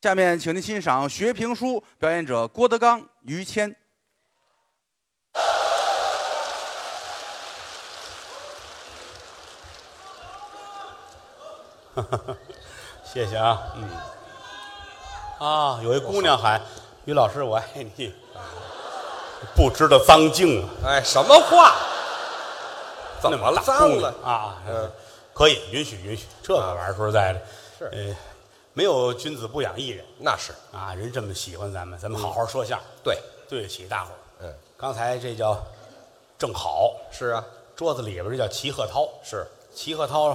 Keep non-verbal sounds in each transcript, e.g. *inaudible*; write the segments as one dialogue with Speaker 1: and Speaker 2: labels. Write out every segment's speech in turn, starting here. Speaker 1: 下面，请您欣赏学评书，表演者郭德纲、于谦。
Speaker 2: 谢谢啊，嗯，啊，有一姑娘喊于老师，我爱你，不知道脏净啊，
Speaker 3: 哎，什么话？怎么
Speaker 2: 那大
Speaker 3: 了？
Speaker 2: 姑
Speaker 3: 脏
Speaker 2: 娘
Speaker 3: 了？
Speaker 2: 啊？
Speaker 3: 嗯
Speaker 2: 可以，允许允许，这个玩意儿说实在的，
Speaker 3: 是
Speaker 2: 呃，没有君子不养艺人
Speaker 3: 那是
Speaker 2: 啊，人这么喜欢咱们，咱们好好说相声，
Speaker 3: 对，
Speaker 2: 对得起大伙儿。
Speaker 3: 嗯，
Speaker 2: 刚才这叫正好，
Speaker 3: 是啊，
Speaker 2: 桌子里边这叫齐鹤涛，
Speaker 3: 是
Speaker 2: 齐鹤涛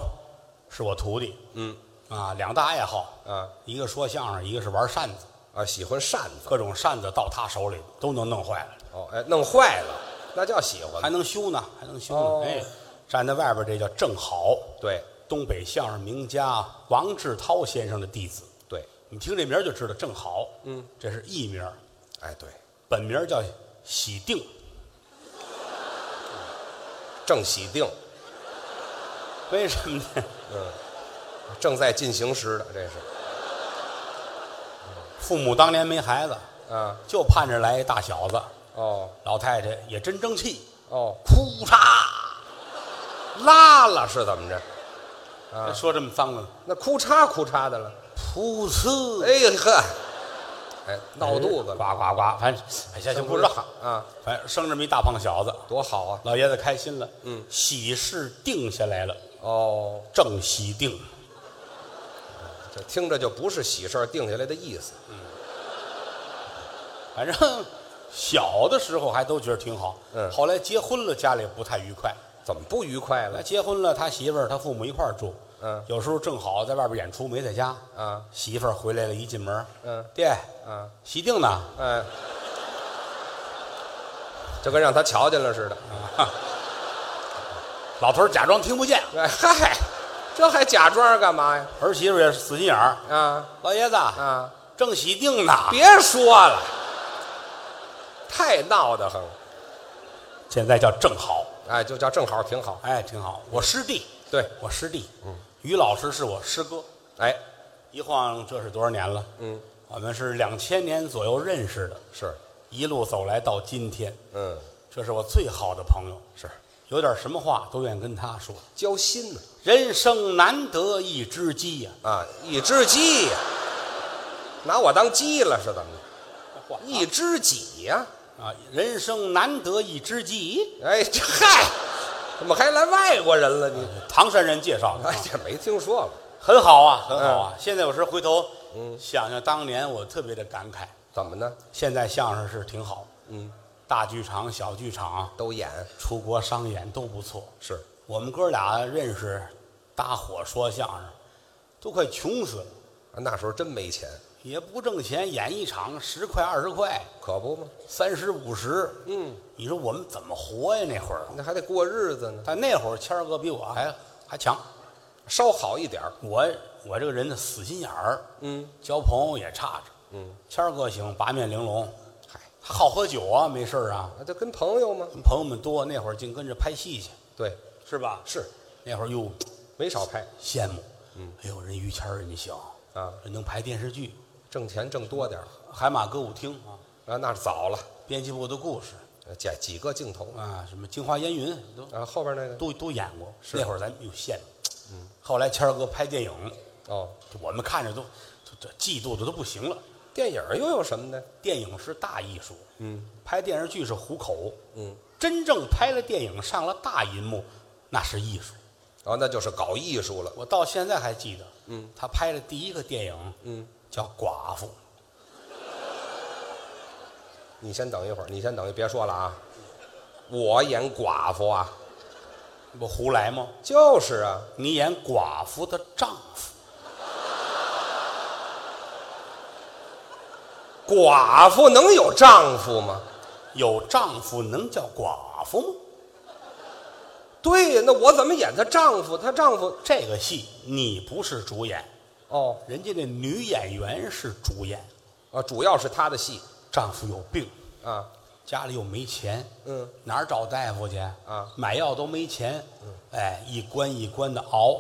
Speaker 2: 是我徒弟，
Speaker 3: 嗯
Speaker 2: 啊，两大爱好，
Speaker 3: 啊
Speaker 2: 一个说相声，一个是玩扇子，
Speaker 3: 啊，喜欢扇子
Speaker 2: 各种扇子到他手里都能弄坏了，
Speaker 3: 哦，哎，弄坏了，那叫喜欢
Speaker 2: 还
Speaker 3: 了。
Speaker 2: 能修呢，还能修
Speaker 3: 哦
Speaker 2: 呢，哎，站在外边这叫正好，
Speaker 3: 对
Speaker 2: 东北相声名家王志涛先生的弟子，
Speaker 3: 对，
Speaker 2: 你听这名儿就知道正好，
Speaker 3: 嗯，
Speaker 2: 这是艺名儿，
Speaker 3: 哎对，
Speaker 2: 本名儿叫喜定，
Speaker 3: 正喜定，
Speaker 2: 为什么呢？
Speaker 3: 嗯，正在进行时的，这是
Speaker 2: 父母当年没孩子，
Speaker 3: 啊，
Speaker 2: 就盼着来一大小子，
Speaker 3: 哦
Speaker 2: 老太太也真争气，
Speaker 3: 哦，
Speaker 2: 扑嚓，
Speaker 3: 拉了是怎么着？啊
Speaker 2: 说这么脏的，
Speaker 3: 那哭嚓哭嚓的了。
Speaker 2: 噗呲，
Speaker 3: 哎呀呵，哎，闹肚子了，
Speaker 2: 呱呱呱，反正哎，行行不知道，
Speaker 3: 啊，
Speaker 2: 反正生这么一大胖小子，
Speaker 3: 多好啊！
Speaker 2: 老爷子开心了，
Speaker 3: 嗯，
Speaker 2: 喜事定下来了，
Speaker 3: 哦，
Speaker 2: 正喜定，
Speaker 3: 这听着就不是喜事儿定下来的意思。
Speaker 2: 反正小的时候还都觉得挺好，
Speaker 3: 嗯
Speaker 2: 后来结婚了，家里不太愉快，
Speaker 3: 怎么不愉快
Speaker 2: 后来
Speaker 3: 了？
Speaker 2: 结婚了，他媳妇儿他父母一块儿住，
Speaker 3: 嗯
Speaker 2: 有时候正好在外边演出没在家，
Speaker 3: 啊，
Speaker 2: 媳妇儿回来了，一进门，
Speaker 3: 嗯
Speaker 2: 爹，
Speaker 3: 啊，
Speaker 2: 喜定呢？
Speaker 3: 哎，就跟让他瞧见了似的。
Speaker 2: 老头儿假装听不见，
Speaker 3: 哎嗨，这还假装干嘛呀？
Speaker 2: 儿媳妇儿也是死心眼儿，
Speaker 3: 啊
Speaker 2: 老爷子，
Speaker 3: 啊，
Speaker 2: 正喜定呢。
Speaker 3: 别说了，太闹得很了。
Speaker 2: 现在叫正好，
Speaker 3: 哎，就叫正好挺好。
Speaker 2: 哎，挺好。我师弟，
Speaker 3: 对，
Speaker 2: 我师弟，
Speaker 3: 嗯
Speaker 2: 于老师是我师哥。
Speaker 3: 哎，
Speaker 2: 一晃这是多少年了？
Speaker 3: 嗯，
Speaker 2: 我们是两千年左右认识的，
Speaker 3: 是，
Speaker 2: 一路走来到今天，
Speaker 3: 嗯，
Speaker 2: 这是我最好的朋友，
Speaker 3: 是
Speaker 2: 有点什么话都愿跟他说。
Speaker 3: 交心呢
Speaker 2: 人生难得一知己呀、
Speaker 3: 啊，一只鸡呀，拿我当鸡了是怎么的？一只鸡呀、
Speaker 2: 啊，人生难得一知己。
Speaker 3: 哎，这嗨，怎么还来外国人了你？
Speaker 2: 唐山人介绍的、
Speaker 3: 哎
Speaker 2: 啊，，
Speaker 3: 这嗯没听说过，
Speaker 2: 很好啊，很好啊。现在有时回头，
Speaker 3: 嗯
Speaker 2: 想想当年，我特别的感慨。
Speaker 3: 怎么呢？
Speaker 2: 现在相声是挺好，
Speaker 3: 嗯，
Speaker 2: 大剧场、小剧场、
Speaker 3: 都演
Speaker 2: 出国商演都不错。
Speaker 3: 是
Speaker 2: 我们哥俩认识，搭伙说相声，都快穷死了，
Speaker 3: 啊那时候真没钱，
Speaker 2: 也不挣钱，演一场十块、二十块、
Speaker 3: 可不吗？
Speaker 2: 三十、五十，
Speaker 3: 嗯，
Speaker 2: 你说我们怎么活呀？那会儿，
Speaker 3: 那还得过日子呢，
Speaker 2: 但那会儿谦儿哥比我还还强，
Speaker 3: 稍好一点儿
Speaker 2: 我我这个人呢死心眼儿，
Speaker 3: 嗯，
Speaker 2: 交朋友也差着，
Speaker 3: 嗯，
Speaker 2: 谦儿哥行，八面玲珑，
Speaker 3: 嗨，
Speaker 2: 他好喝酒啊，没事儿啊，
Speaker 3: 那就跟朋友嘛。
Speaker 2: 跟朋友们多，那会儿净跟着拍戏去，
Speaker 3: 对，
Speaker 2: 是吧？
Speaker 3: 是
Speaker 2: 那会儿哟，
Speaker 3: 没少拍
Speaker 2: 羡慕，嗯，哎呦，人于谦儿人家行
Speaker 3: 啊，
Speaker 2: 人能拍电视剧，
Speaker 3: 挣钱挣多点儿
Speaker 2: 海马歌舞厅啊，
Speaker 3: 啊，那是早了，
Speaker 2: 编辑部的故事
Speaker 3: 几几个镜头
Speaker 2: 啊，什么京华烟云都
Speaker 3: 啊，后边那个
Speaker 2: 都都演过，那会儿咱有羡慕，嗯，后来谦儿哥拍电影，
Speaker 3: 哦，
Speaker 2: 我们看着都都都嫉妒的都不行了。
Speaker 3: 电影又有什么呢？
Speaker 2: 电影是大艺术，
Speaker 3: 嗯，
Speaker 2: 拍电视剧是糊口，
Speaker 3: 嗯，
Speaker 2: 真正拍了电影上了大银幕，那是艺术。
Speaker 3: 哦，那就是搞艺术了。
Speaker 2: 我到现在还记得，嗯，他拍的第一个电影，
Speaker 3: 嗯，
Speaker 2: 叫《寡妇》，
Speaker 3: 你先等一会儿，你先等一，别说了啊。我演寡妇啊，
Speaker 2: 不胡来吗？
Speaker 3: 就是啊，
Speaker 2: 你演寡妇的丈夫，
Speaker 3: 寡妇能有丈夫吗？
Speaker 2: 有丈夫能叫寡妇吗？
Speaker 3: 对呀，那我怎么演她丈夫？她丈夫
Speaker 2: 这个戏你不是主演，
Speaker 3: 哦
Speaker 2: 人家那女演员是主演，
Speaker 3: 啊，主要是她的戏
Speaker 2: 丈夫有病，
Speaker 3: 啊，
Speaker 2: 家里又没钱，
Speaker 3: 嗯，
Speaker 2: 哪儿找大夫去
Speaker 3: 啊？嗯
Speaker 2: 买药都没钱，哎，一关一关的熬，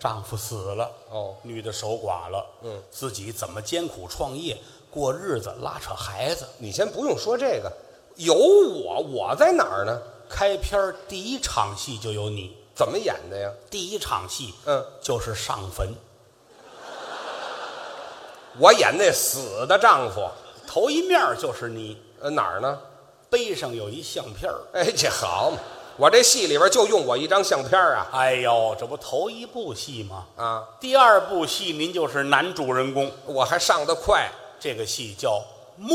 Speaker 2: 丈夫死了，
Speaker 3: 哦
Speaker 2: 女的守寡了，嗯，自己怎么艰苦创业过日子，拉扯孩子。
Speaker 3: 你先不用说这个，有我，我在哪儿呢？
Speaker 2: 开篇儿第一场戏就有你，
Speaker 3: 怎么演的呀？
Speaker 2: 第一场戏，
Speaker 3: 嗯，
Speaker 2: 就是上坟，
Speaker 3: 我演那死的丈夫，
Speaker 2: 头一面儿就是你，
Speaker 3: 呃，哪儿呢？
Speaker 2: 背上有一相片儿。
Speaker 3: 哎，这好嘛，我这戏里边就用我一张相片啊
Speaker 2: 哎呦，这不头一部戏吗？
Speaker 3: 啊，
Speaker 2: 第二部戏您就是男主人公，
Speaker 3: 我还上得快，
Speaker 2: 这个戏叫《墨》，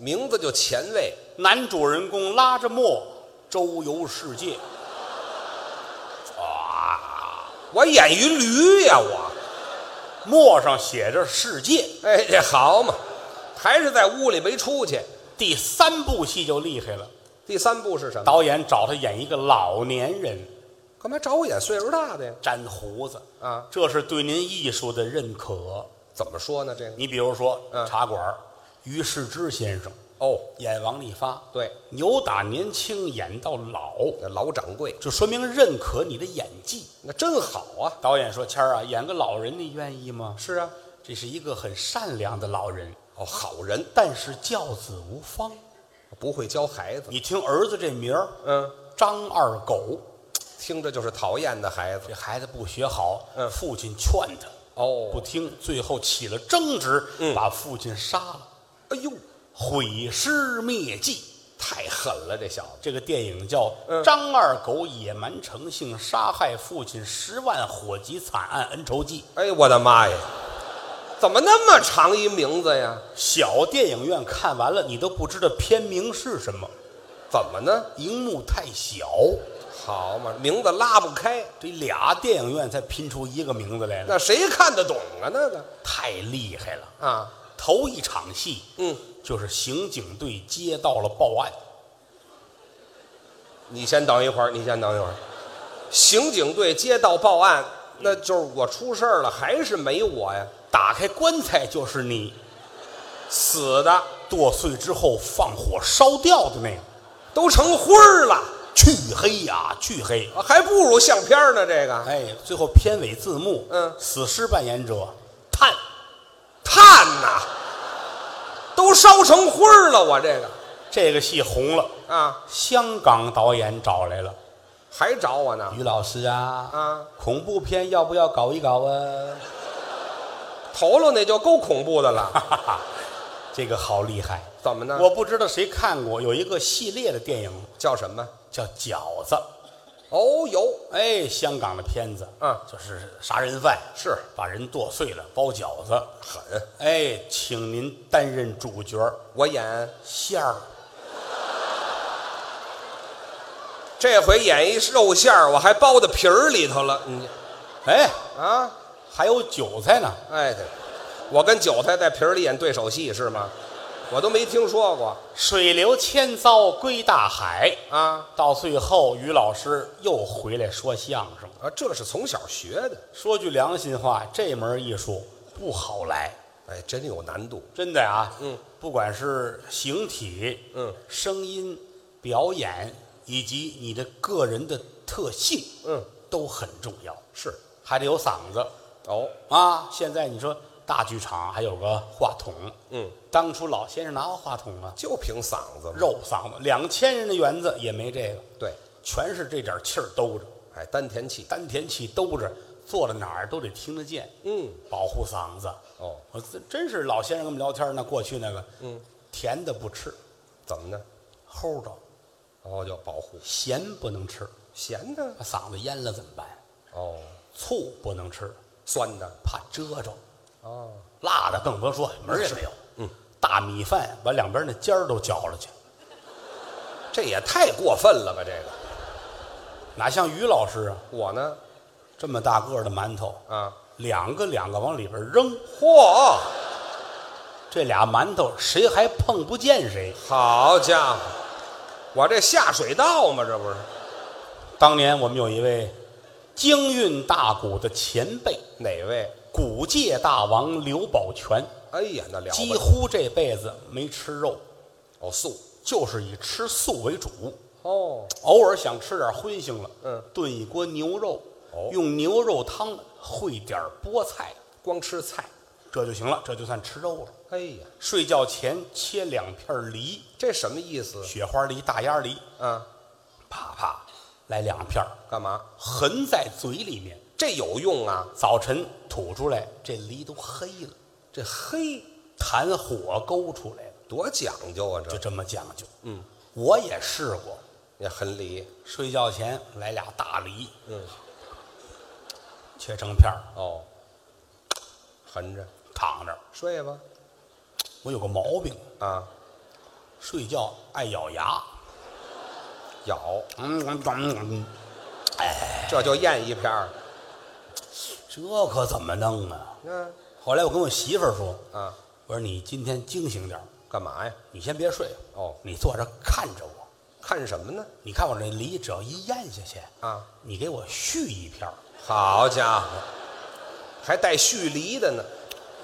Speaker 3: 名字就前卫，
Speaker 2: 男主人公拉着墨周游世界，
Speaker 3: 我演一驴呀、我，
Speaker 2: 墨上写着“世界
Speaker 3: 哎，这好嘛，还是在屋里没出去。”。
Speaker 2: 第三部戏就厉害了，
Speaker 3: 第三部是什么？
Speaker 2: 导演找他演一个老年人，
Speaker 3: 干嘛找我演岁数大的呀？
Speaker 2: 粘胡子
Speaker 3: 啊，
Speaker 2: 这是对您艺术的认可。
Speaker 3: 怎么说呢？这个
Speaker 2: 你比如说
Speaker 3: 嗯
Speaker 2: 茶馆儿，于世之先生
Speaker 3: 哦，
Speaker 2: 演王利发，
Speaker 3: 对，
Speaker 2: 扭打年轻演到老，
Speaker 3: 那老掌柜
Speaker 2: 就说明认可你的演技。
Speaker 3: 那真好啊。
Speaker 2: 导演说：“谦儿啊，演个老人你愿意吗
Speaker 3: 是啊，？”
Speaker 2: 这是一个很善良的老人，
Speaker 3: 哦，好人
Speaker 2: 但是教子无方。
Speaker 3: 不会教孩子，
Speaker 2: 你听儿子这名儿，
Speaker 3: 嗯，
Speaker 2: 张二狗，
Speaker 3: 听着就是讨厌的孩子
Speaker 2: 这。孩子不学好，
Speaker 3: 嗯
Speaker 2: 父亲劝他
Speaker 3: 哦嗯
Speaker 2: 不听，最后起了争执，把父亲杀了，
Speaker 3: 哎呦，
Speaker 2: 毁尸灭迹。
Speaker 3: 太狠了，这小子。
Speaker 2: 这个电影叫《
Speaker 3: 嗯
Speaker 2: 张二狗野蛮成性，杀害父亲十万火急惨案恩仇记》。
Speaker 3: 哎呦，我的妈呀，怎么那么长一名字呀？
Speaker 2: 小电影院看完了，你都不知道片名是什么，
Speaker 3: 怎么呢？
Speaker 2: 荧幕太小，
Speaker 3: 好嘛，名字拉不开，
Speaker 2: 这俩电影院才拼出一个名字来呢，
Speaker 3: 那谁看得懂啊？那个
Speaker 2: 太厉害了。
Speaker 3: 啊，
Speaker 2: 头一场戏，
Speaker 3: 嗯，
Speaker 2: 就是刑警队接到了报案，
Speaker 3: 你先等一会儿，你先等一会儿。刑警队接到报案，那就是我出事儿了，还是没我呀？
Speaker 2: 打开棺材就是你
Speaker 3: 死的
Speaker 2: 剁碎之后放火烧掉的那个，
Speaker 3: 都成灰儿了，
Speaker 2: 黢黑呀、黢黑。
Speaker 3: 还不如相片儿呢。这个
Speaker 2: 哎，最后片尾字幕，
Speaker 3: 嗯
Speaker 2: 死尸扮演者叹，
Speaker 3: 炭呐、都烧成灰儿了，我这个
Speaker 2: 这个戏红了，
Speaker 3: 啊，
Speaker 2: 香港导演找来了。
Speaker 3: 还找我呢。
Speaker 2: 于老师啊，
Speaker 3: 啊，
Speaker 2: 恐怖片要不要搞一搞啊？ *laughs*
Speaker 3: 头了那就够恐怖的了，
Speaker 2: 这个好厉害！
Speaker 3: 怎么呢？
Speaker 2: 我不知道谁看过，有一个系列的电影
Speaker 3: 叫什么？
Speaker 2: 叫《饺子》，
Speaker 3: 哦，有
Speaker 2: 哎，香港的片子，
Speaker 3: 嗯
Speaker 2: 就是杀人犯
Speaker 3: 是
Speaker 2: 把人剁碎了包饺子，
Speaker 3: 狠，
Speaker 2: 哎，请您担任主角
Speaker 3: 我演
Speaker 2: 馅儿，
Speaker 3: 这回演一肉馅儿，我还包到皮儿里头了。你
Speaker 2: 哎，
Speaker 3: 啊，
Speaker 2: 还有韭菜呢，
Speaker 3: 哎，对，我跟韭菜在皮儿里演对手戏是吗？我都没听说过
Speaker 2: 水流千遭归大海。
Speaker 3: 啊
Speaker 2: 到最后，于老师又回来说相声了。
Speaker 3: 啊，这是从小学的，
Speaker 2: 说句良心话，这门艺术不好来。
Speaker 3: 哎，真有难度。
Speaker 2: 真的啊，
Speaker 3: 嗯，
Speaker 2: 不管是形体，
Speaker 3: 嗯，
Speaker 2: 声音、表演以及你的个人的特性，
Speaker 3: 嗯，
Speaker 2: 都很重要，
Speaker 3: 是
Speaker 2: 还得有嗓子
Speaker 3: 哦，
Speaker 2: 啊。现在你说大剧场还有个话筒，
Speaker 3: 嗯，
Speaker 2: 当初老先生哪有话筒啊？
Speaker 3: 就凭嗓子嘛
Speaker 2: 肉嗓子，两千人的园子也没这个，
Speaker 3: 对，
Speaker 2: 全是这点气儿兜着，
Speaker 3: 哎，丹田气。
Speaker 2: 丹田气兜着，坐到哪儿都得听得见，
Speaker 3: 嗯，
Speaker 2: 保护嗓子。
Speaker 3: 哦，
Speaker 2: 我真真是老先生跟我们聊天呢，过去那个，嗯，甜的不吃，
Speaker 3: 怎么呢？
Speaker 2: 齁着，
Speaker 3: 哦，要保护
Speaker 2: 咸不能吃，
Speaker 3: 咸的
Speaker 2: 把嗓子淹了怎么办？
Speaker 3: 哦，
Speaker 2: 醋不能吃，
Speaker 3: 酸的
Speaker 2: 怕遮着，
Speaker 3: 哦，
Speaker 2: 辣的更甭说，门儿也没有。嗯，大米饭把两边那尖儿都嚼了去，
Speaker 3: 这也太过分了吧？这个
Speaker 2: 哪像于老师啊，
Speaker 3: 我呢
Speaker 2: 这么大个儿的馒头，
Speaker 3: 啊，
Speaker 2: 两个两个往里边扔，
Speaker 3: 嚯，
Speaker 2: 这俩馒头谁还碰不见谁。
Speaker 3: 好家伙，我这下水道嘛，这不是
Speaker 2: 当年我们有一位京韵大鼓的前辈，
Speaker 3: 哪位？
Speaker 2: 鼓界大王刘宝全，
Speaker 3: 哎呀，那了
Speaker 2: 几
Speaker 3: 不得
Speaker 2: 乎这辈子没吃肉，
Speaker 3: 哦素
Speaker 2: 就是以吃素为主，
Speaker 3: 哦，
Speaker 2: 偶尔想吃点荤腥了，
Speaker 3: 嗯，
Speaker 2: 炖一锅牛肉，
Speaker 3: 哦
Speaker 2: 用牛肉汤烩点儿菠菜，
Speaker 3: 光吃菜。
Speaker 2: 这就行了，这就算吃肉了。
Speaker 3: 哎呀，
Speaker 2: 睡觉前切两片梨，
Speaker 3: 这什么意思？
Speaker 2: 雪花梨、大鸭梨，
Speaker 3: 啊，
Speaker 2: 啪啪来两片儿，
Speaker 3: 干嘛？
Speaker 2: 含在嘴里面。
Speaker 3: 这有用啊？
Speaker 2: 早晨吐出来，这梨都黑了，
Speaker 3: 这嘿，
Speaker 2: 痰火勾出来了，
Speaker 3: 多讲究啊！
Speaker 2: 就
Speaker 3: 这
Speaker 2: 这么讲究。嗯，我也试过，
Speaker 3: 也很理
Speaker 2: 睡觉前来俩大梨，
Speaker 3: 嗯，
Speaker 2: 切成片儿，
Speaker 3: 哦，横着
Speaker 2: 躺着。
Speaker 3: 睡吧。
Speaker 2: 我有个毛病，
Speaker 3: 啊，
Speaker 2: 睡觉爱咬牙，
Speaker 3: 咬，
Speaker 2: 嗯嗯嗯，
Speaker 3: 这就咽一片儿。
Speaker 2: 这可怎么弄啊？
Speaker 3: 嗯
Speaker 2: 后来我跟我媳妇儿说，
Speaker 3: 啊，
Speaker 2: 我说你今天惊醒点儿，
Speaker 3: 干嘛呀？
Speaker 2: 你先别睡，
Speaker 3: 哦，
Speaker 2: 你坐着看着我，
Speaker 3: 看什么呢？
Speaker 2: 你看我这梨只要一咽下去，
Speaker 3: 啊，
Speaker 2: 你给我续一片儿，
Speaker 3: 好家伙，还带续离的呢，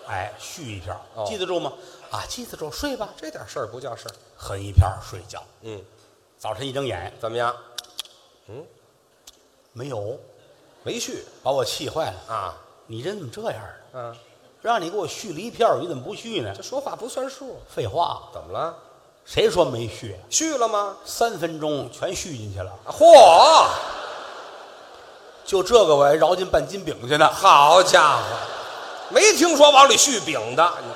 Speaker 2: 哎，续一片儿，
Speaker 3: 哦
Speaker 2: 记得住吗？啊，记得住，睡吧，
Speaker 3: 这点事儿不叫事儿。
Speaker 2: 横一片儿睡觉，
Speaker 3: 嗯，
Speaker 2: 早晨一睁眼
Speaker 3: 怎么样？
Speaker 2: 没有，
Speaker 3: 没续
Speaker 2: 把我气坏了，
Speaker 3: 啊？
Speaker 2: 你人怎么这样啊？
Speaker 3: 嗯、啊，
Speaker 2: 让你给我续梨片儿，你怎么不续呢
Speaker 3: 这？说话不算数，
Speaker 2: 废话，
Speaker 3: 怎么了？
Speaker 2: 谁说没续？啊
Speaker 3: 续了吗？
Speaker 2: 三分钟全续进去了，
Speaker 3: 啊嚯，
Speaker 2: 就这个我还饶进半斤饼去呢。
Speaker 3: 好家伙，没听说往里续饼的。你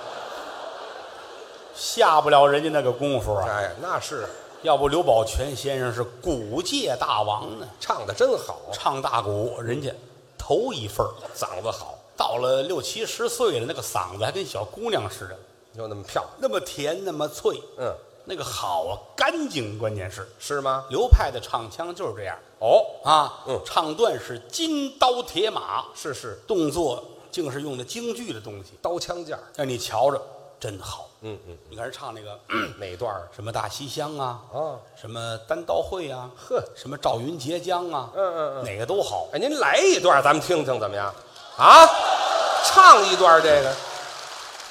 Speaker 2: 下不了人家那个功夫啊！
Speaker 3: 哎，那是
Speaker 2: 要不刘宝全先生是鼓界大王呢，
Speaker 3: 唱的真好，
Speaker 2: 唱大鼓，人家头一份儿
Speaker 3: 嗓子好，
Speaker 2: 到了六七十岁了，那个嗓子还跟小姑娘似的，
Speaker 3: 又那么漂亮。
Speaker 2: 那么甜，那么脆，
Speaker 3: 嗯，
Speaker 2: 那个好啊，干净，关键是
Speaker 3: 是吗？
Speaker 2: 流派的唱腔就是这样
Speaker 3: 哦，
Speaker 2: 啊，
Speaker 3: 嗯
Speaker 2: 唱段是金刀铁马，
Speaker 3: 是是，
Speaker 2: 动作竟是用的京剧的东西，
Speaker 3: 刀枪剑儿。
Speaker 2: 让你瞧着真好。
Speaker 3: 嗯嗯，
Speaker 2: 你看人唱那个 *clears throat*
Speaker 3: 哪段儿？
Speaker 2: 什么大西厢啊，
Speaker 3: 哦，
Speaker 2: 什么单刀会啊，
Speaker 3: 呵
Speaker 2: 什么赵云截江啊，
Speaker 3: 嗯嗯嗯
Speaker 2: 哪个都好。
Speaker 3: 哎，您来一段，咱们听听怎么样？啊，唱一段这个。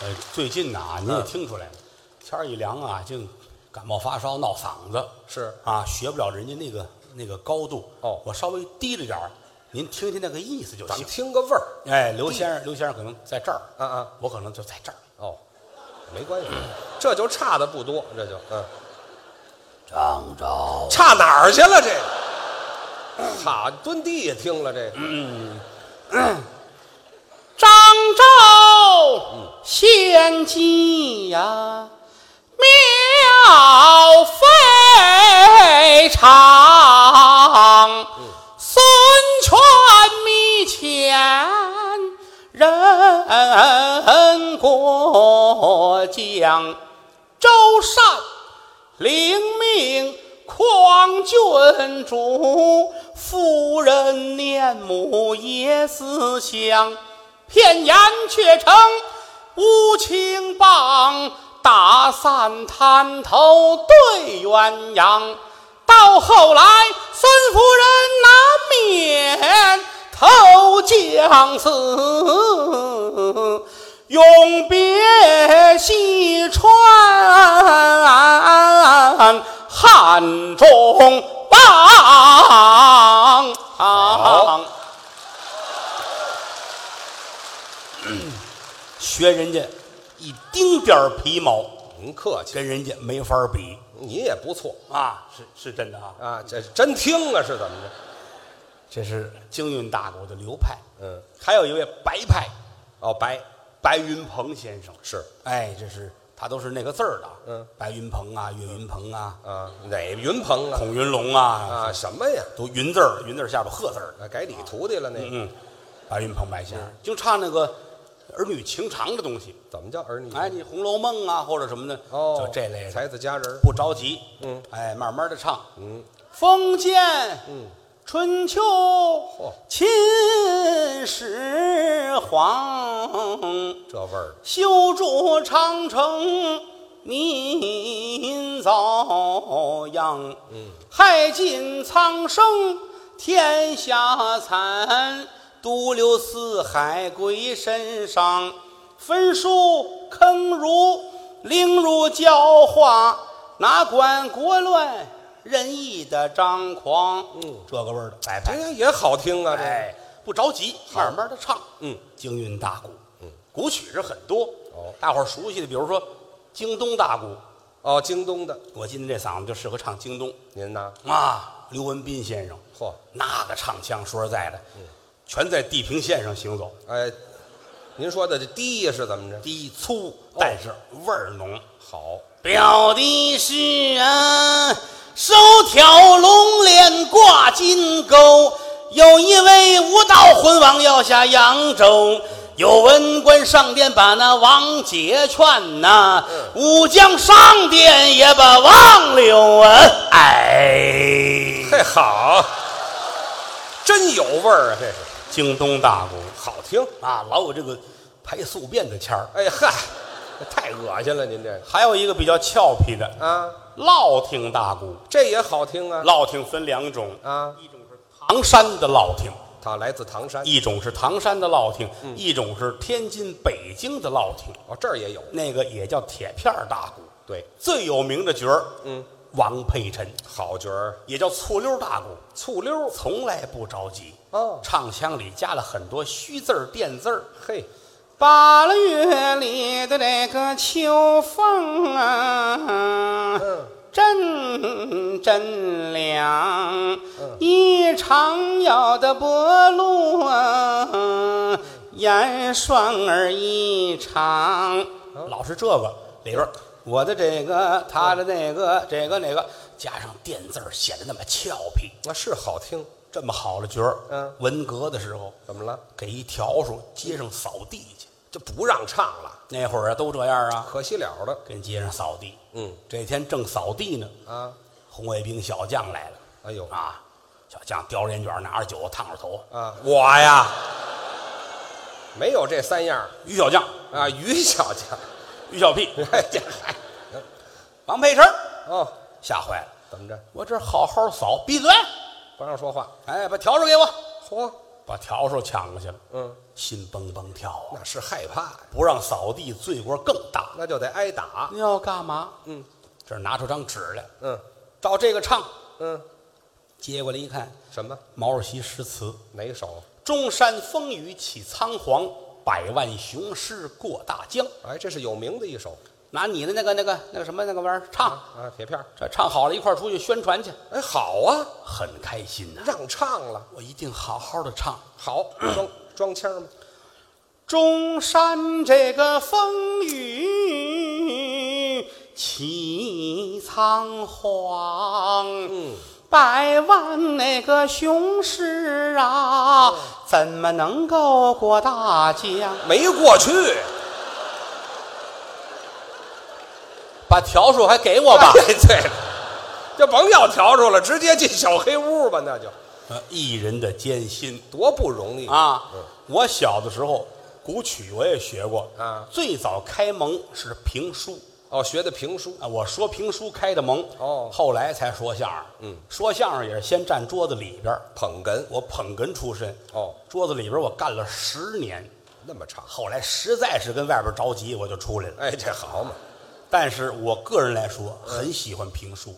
Speaker 2: 呃，最近呐、
Speaker 3: 嗯
Speaker 2: 您也听出来了，天儿一凉啊，竟感冒发烧闹嗓子，
Speaker 3: 是
Speaker 2: 啊，学不了人家那个那个高度。
Speaker 3: 哦
Speaker 2: 我稍微低着点儿，您听听那个意思就
Speaker 3: 咱们
Speaker 2: 行。
Speaker 3: 听个味儿。
Speaker 2: 哎，刘先生，刘先生可能在这儿，
Speaker 3: 啊啊，
Speaker 2: 我可能就在这儿。
Speaker 3: 哦，没关系，这就差的不多，这就嗯，
Speaker 2: 张昭，
Speaker 3: 差哪儿去了这个？好，蹲地也听了这个，
Speaker 2: 张昭，献计呀，妙非常，孙权密前人过江，周善领命匡君主，夫人念母也思乡，片言却称无情棒，打散滩头对鸳鸯。到后来，孙夫人难免投江死，永别西川，汉中邦。
Speaker 3: 好
Speaker 2: 学人家一丁点儿皮毛，
Speaker 3: 您客气，
Speaker 2: 跟人家没法比
Speaker 3: 你也不错
Speaker 2: 啊！是是真的啊！
Speaker 3: 啊，这真听啊是怎么着？
Speaker 2: 这是京韵大鼓的流派。呃
Speaker 3: 嗯，
Speaker 2: 还有一位白派，
Speaker 3: 哦，白
Speaker 2: 白云鹏先生。
Speaker 3: 是
Speaker 2: 哎，这是他都是那个字儿的。啊
Speaker 3: 嗯，
Speaker 2: 白云鹏啊，岳云鹏啊，
Speaker 3: 啊，哪云鹏啊？
Speaker 2: 孔云龙啊，
Speaker 3: 啊，什么呀？
Speaker 2: 都云字儿，云字儿下边鹤字儿。
Speaker 3: 啊，改李徒弟了那个？
Speaker 2: 嗯，白云鹏白先
Speaker 3: 嗯
Speaker 2: 生就唱那个儿女情长的东西。
Speaker 3: 怎么叫儿女？
Speaker 2: 哎，你《红楼梦》啊，或者什么的，
Speaker 3: 哦，
Speaker 2: 就这类的。
Speaker 3: 才子佳人儿，
Speaker 2: 不着急，
Speaker 3: 嗯，
Speaker 2: 哎，慢慢的唱，
Speaker 3: 嗯，
Speaker 2: 封建，
Speaker 3: 嗯，
Speaker 2: 春秋，秦始皇，
Speaker 3: 这味儿
Speaker 2: 修筑长城，民遭殃，嗯，害尽苍生，天下惨，独留四海归身上，焚书坑儒，凌辱教化，哪管国乱仁义的张狂，嗯，这个味儿的，拜拜。
Speaker 3: 哎呀，也好听啊，这个
Speaker 2: 哎，不着急，慢慢的唱。
Speaker 3: 嗯，
Speaker 2: 京韵大鼓，嗯，古曲是很多，
Speaker 3: 哦
Speaker 2: 大伙儿熟悉的，比如说京东大鼓，
Speaker 3: 哦，京东的，
Speaker 2: 我今天这嗓子就适合唱京东
Speaker 3: 您呐，
Speaker 2: 啊。刘文斌先生，
Speaker 3: 嚯，
Speaker 2: 那个唱腔，说实在的，
Speaker 3: 嗯
Speaker 2: 全在地平线上行走，
Speaker 3: 哎，您说的这低呀是怎么着？
Speaker 2: 低粗，
Speaker 3: 哦
Speaker 2: 但是味儿浓。
Speaker 3: 好，
Speaker 2: 表的是啊，手挑龙帘挂金钩，有一位无道魂王要下扬州。有文官上殿把那王解劝呐、
Speaker 3: 嗯
Speaker 2: 武将上殿也把王柳啊，哎，
Speaker 3: 嘿，好，真有味儿啊，这是
Speaker 2: 京东大鼓
Speaker 3: 好听。
Speaker 2: 啊，老有这个排宿便的腔儿。
Speaker 3: 哎嗨，太恶心了，您这
Speaker 2: 还有一个比较俏皮的
Speaker 3: 个啊，
Speaker 2: 烙听大鼓，
Speaker 3: 这也好听啊
Speaker 2: 烙听分两种，
Speaker 3: 啊，
Speaker 2: 一种是唐山的烙听。
Speaker 3: 它来自唐山
Speaker 2: 一种是唐山的烙听，
Speaker 3: 嗯
Speaker 2: 一种是天津、北京的烙听，
Speaker 3: 哦，这儿也有
Speaker 2: 那个也叫铁片儿大鼓。
Speaker 3: 对
Speaker 2: 最有名的角儿，嗯，王佩臣
Speaker 3: 好角儿，
Speaker 2: 也叫醋溜大鼓，
Speaker 3: 醋溜儿
Speaker 2: 从来不着急。
Speaker 3: 哦，
Speaker 2: 唱腔里加了很多虚字儿、垫字儿。
Speaker 3: 嘿，
Speaker 2: 八了月里的那个秋风啊，
Speaker 3: 嗯，
Speaker 2: 阵阵凉，一场有的薄露啊，严霜儿一场。老是这个里边儿，我的这个，他的那个，这个那个，加上垫字儿，显得那么俏皮。
Speaker 3: 那是好听，
Speaker 2: 这么好的角儿，
Speaker 3: 嗯
Speaker 2: 文革的时候
Speaker 3: 怎么了？
Speaker 2: 给一笤帚街上扫地去，
Speaker 3: 这不让唱了，
Speaker 2: 那会儿啊都这样啊，
Speaker 3: 可惜了了。
Speaker 2: 跟街上扫地。
Speaker 3: 嗯
Speaker 2: 这天正扫地呢，
Speaker 3: 啊，
Speaker 2: 红卫兵小将来了。
Speaker 3: 哎呦
Speaker 2: 啊，小将叼着烟卷，拿着酒，烫着头。
Speaker 3: 啊，
Speaker 2: 我呀，
Speaker 3: 没有这三样儿
Speaker 2: 于小将，
Speaker 3: 啊，于小姐，
Speaker 2: 于小屁，
Speaker 3: 哎这还
Speaker 2: 王佩臣，
Speaker 3: 哦，
Speaker 2: 吓坏了。
Speaker 3: 怎么着
Speaker 2: 我这好好扫，闭嘴！
Speaker 3: 不让说话？
Speaker 2: 哎，把笤帚给我，
Speaker 3: 嚯，
Speaker 2: 把笤帚抢过去了。
Speaker 3: 嗯，
Speaker 2: 心蹦蹦跳啊！
Speaker 3: 那是害怕呀，
Speaker 2: 不让扫地，罪过更大。
Speaker 3: 那就得挨打。
Speaker 2: 你要干嘛？
Speaker 3: 嗯，
Speaker 2: 这儿拿出张纸来，
Speaker 3: 嗯
Speaker 2: 照这个唱。
Speaker 3: 嗯，
Speaker 2: 接过来一看，
Speaker 3: 什么？
Speaker 2: 毛主席诗词：“
Speaker 3: 哪一首？
Speaker 2: 中山风雨起苍黄，百万雄师过大江。”
Speaker 3: 哎，这是有名的一首
Speaker 2: 拿你的那个那个那个什么那个玩意儿唱，
Speaker 3: 啊，铁片儿。
Speaker 2: 这唱好了，一块儿出去宣传去，
Speaker 3: 哎，好啊，
Speaker 2: 很开心呐、
Speaker 3: 让唱了，
Speaker 2: 我一定好好的唱。
Speaker 3: 好，装装腔儿吗？
Speaker 2: 中山这个风雨起苍黄，
Speaker 3: 嗯，
Speaker 2: 百万那个雄师啊，怎么能够过大江？
Speaker 3: 没过去，
Speaker 2: 把笤帚还给我 *laughs* 吧。
Speaker 3: 哎对 *laughs* 了，就甭要笤帚了，直接进小黑屋吧，那就
Speaker 2: 呃艺人的艰辛
Speaker 3: 多不容易！
Speaker 2: 啊！我小的时候古曲我也学过
Speaker 3: 啊
Speaker 2: 最早开蒙是评书
Speaker 3: 哦，学的评书，
Speaker 2: 啊，我说评书开的蒙
Speaker 3: 哦
Speaker 2: 后来才说相声。嗯，说相声也是先站桌子里边儿，
Speaker 3: 捧哏，
Speaker 2: 我捧哏出身
Speaker 3: 哦，
Speaker 2: 桌子里边儿我干了十年，
Speaker 3: 那么长，
Speaker 2: 后来实在是跟外边着急，我就出来了。
Speaker 3: 哎，这好嘛，
Speaker 2: 但是我个人来说，很喜欢评书，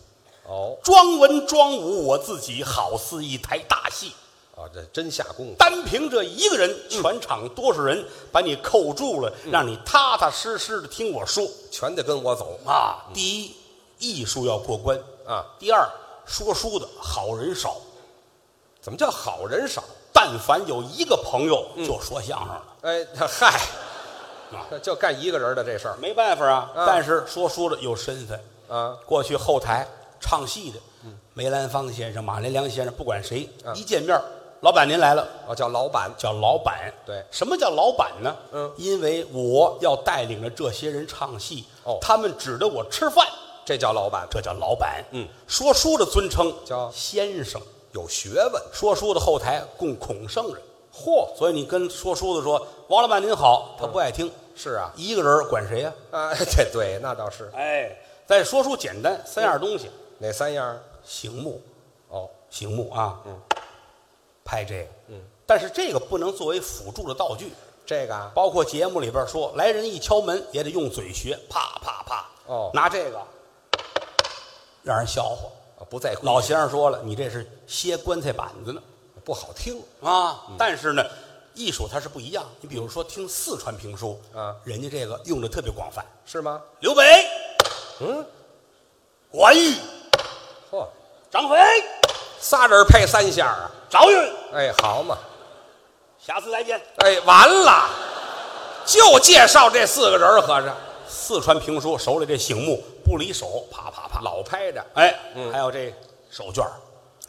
Speaker 3: 哦，
Speaker 2: 装文装武，我自己好似一台大戏。
Speaker 3: 啊，这真下功夫，
Speaker 2: 单凭这一个人，全场多少人把你扣住了，让你踏踏实实的听我说
Speaker 3: 全得跟我走
Speaker 2: 啊！第一，艺术要过关；
Speaker 3: 啊！
Speaker 2: 第二，说书的好人少，
Speaker 3: 怎么叫好人少？
Speaker 2: 但凡有一个朋友就说相声了，
Speaker 3: 哎，嗨
Speaker 2: 啊，
Speaker 3: 那就干一个人的这事儿
Speaker 2: 没办法啊。
Speaker 3: 啊
Speaker 2: 但是说书的有身份，
Speaker 3: 啊，
Speaker 2: 过去后台唱戏的，梅兰芳先生、马连良先生，不管谁，一见面，老板您来了。
Speaker 3: 哦，叫老板，
Speaker 2: 叫老板。
Speaker 3: 对
Speaker 2: 什么叫老板呢？
Speaker 3: 嗯
Speaker 2: 因为我要带领着这些人唱戏，
Speaker 3: 哦
Speaker 2: 他们指着我吃饭，
Speaker 3: 这叫老板，
Speaker 2: 这叫老板。
Speaker 3: 嗯，
Speaker 2: 说书的尊称
Speaker 3: 叫
Speaker 2: 先生，
Speaker 3: 有学问，
Speaker 2: 说书的后台供孔圣人，
Speaker 3: 嚯，嗯
Speaker 2: 所以你跟说书的说王老板您好，他不爱听，
Speaker 3: 是啊，
Speaker 2: 一个人管谁呀、
Speaker 3: 啊， *laughs* 这对，那倒是
Speaker 2: 哎，但说书简单，三样东西：
Speaker 3: 哪三样儿？
Speaker 2: 醒目，
Speaker 3: 哦，
Speaker 2: 醒目啊，嗯，拍这个，嗯，但是这个不能作为辅助的道具。
Speaker 3: 这个啊，
Speaker 2: 包括节目里边说，来人一敲门也得用嘴学，啪啪啪。
Speaker 3: 哦
Speaker 2: 拿这个让人笑话。
Speaker 3: 啊不在乎
Speaker 2: 老先生说了，你这是歇棺材板子呢，
Speaker 3: 不好听。
Speaker 2: 啊。但是呢，艺术它是不一样。你比如说听四川评书，
Speaker 3: 啊
Speaker 2: 人家这个用的特别广泛。
Speaker 3: 是吗？
Speaker 2: 刘北，
Speaker 3: 嗯，
Speaker 2: 管玉、
Speaker 3: 嚯，
Speaker 2: 张飞、
Speaker 3: 仨人配三下啊！
Speaker 2: 赵云，
Speaker 3: 哎，好嘛，
Speaker 2: 下次再见。
Speaker 3: 哎，完了，就介绍这四个人儿合着
Speaker 2: 四川评书手里这醒目不离手，啪啪啪。
Speaker 3: 老拍着。嗯
Speaker 2: 哎，还有这手绢儿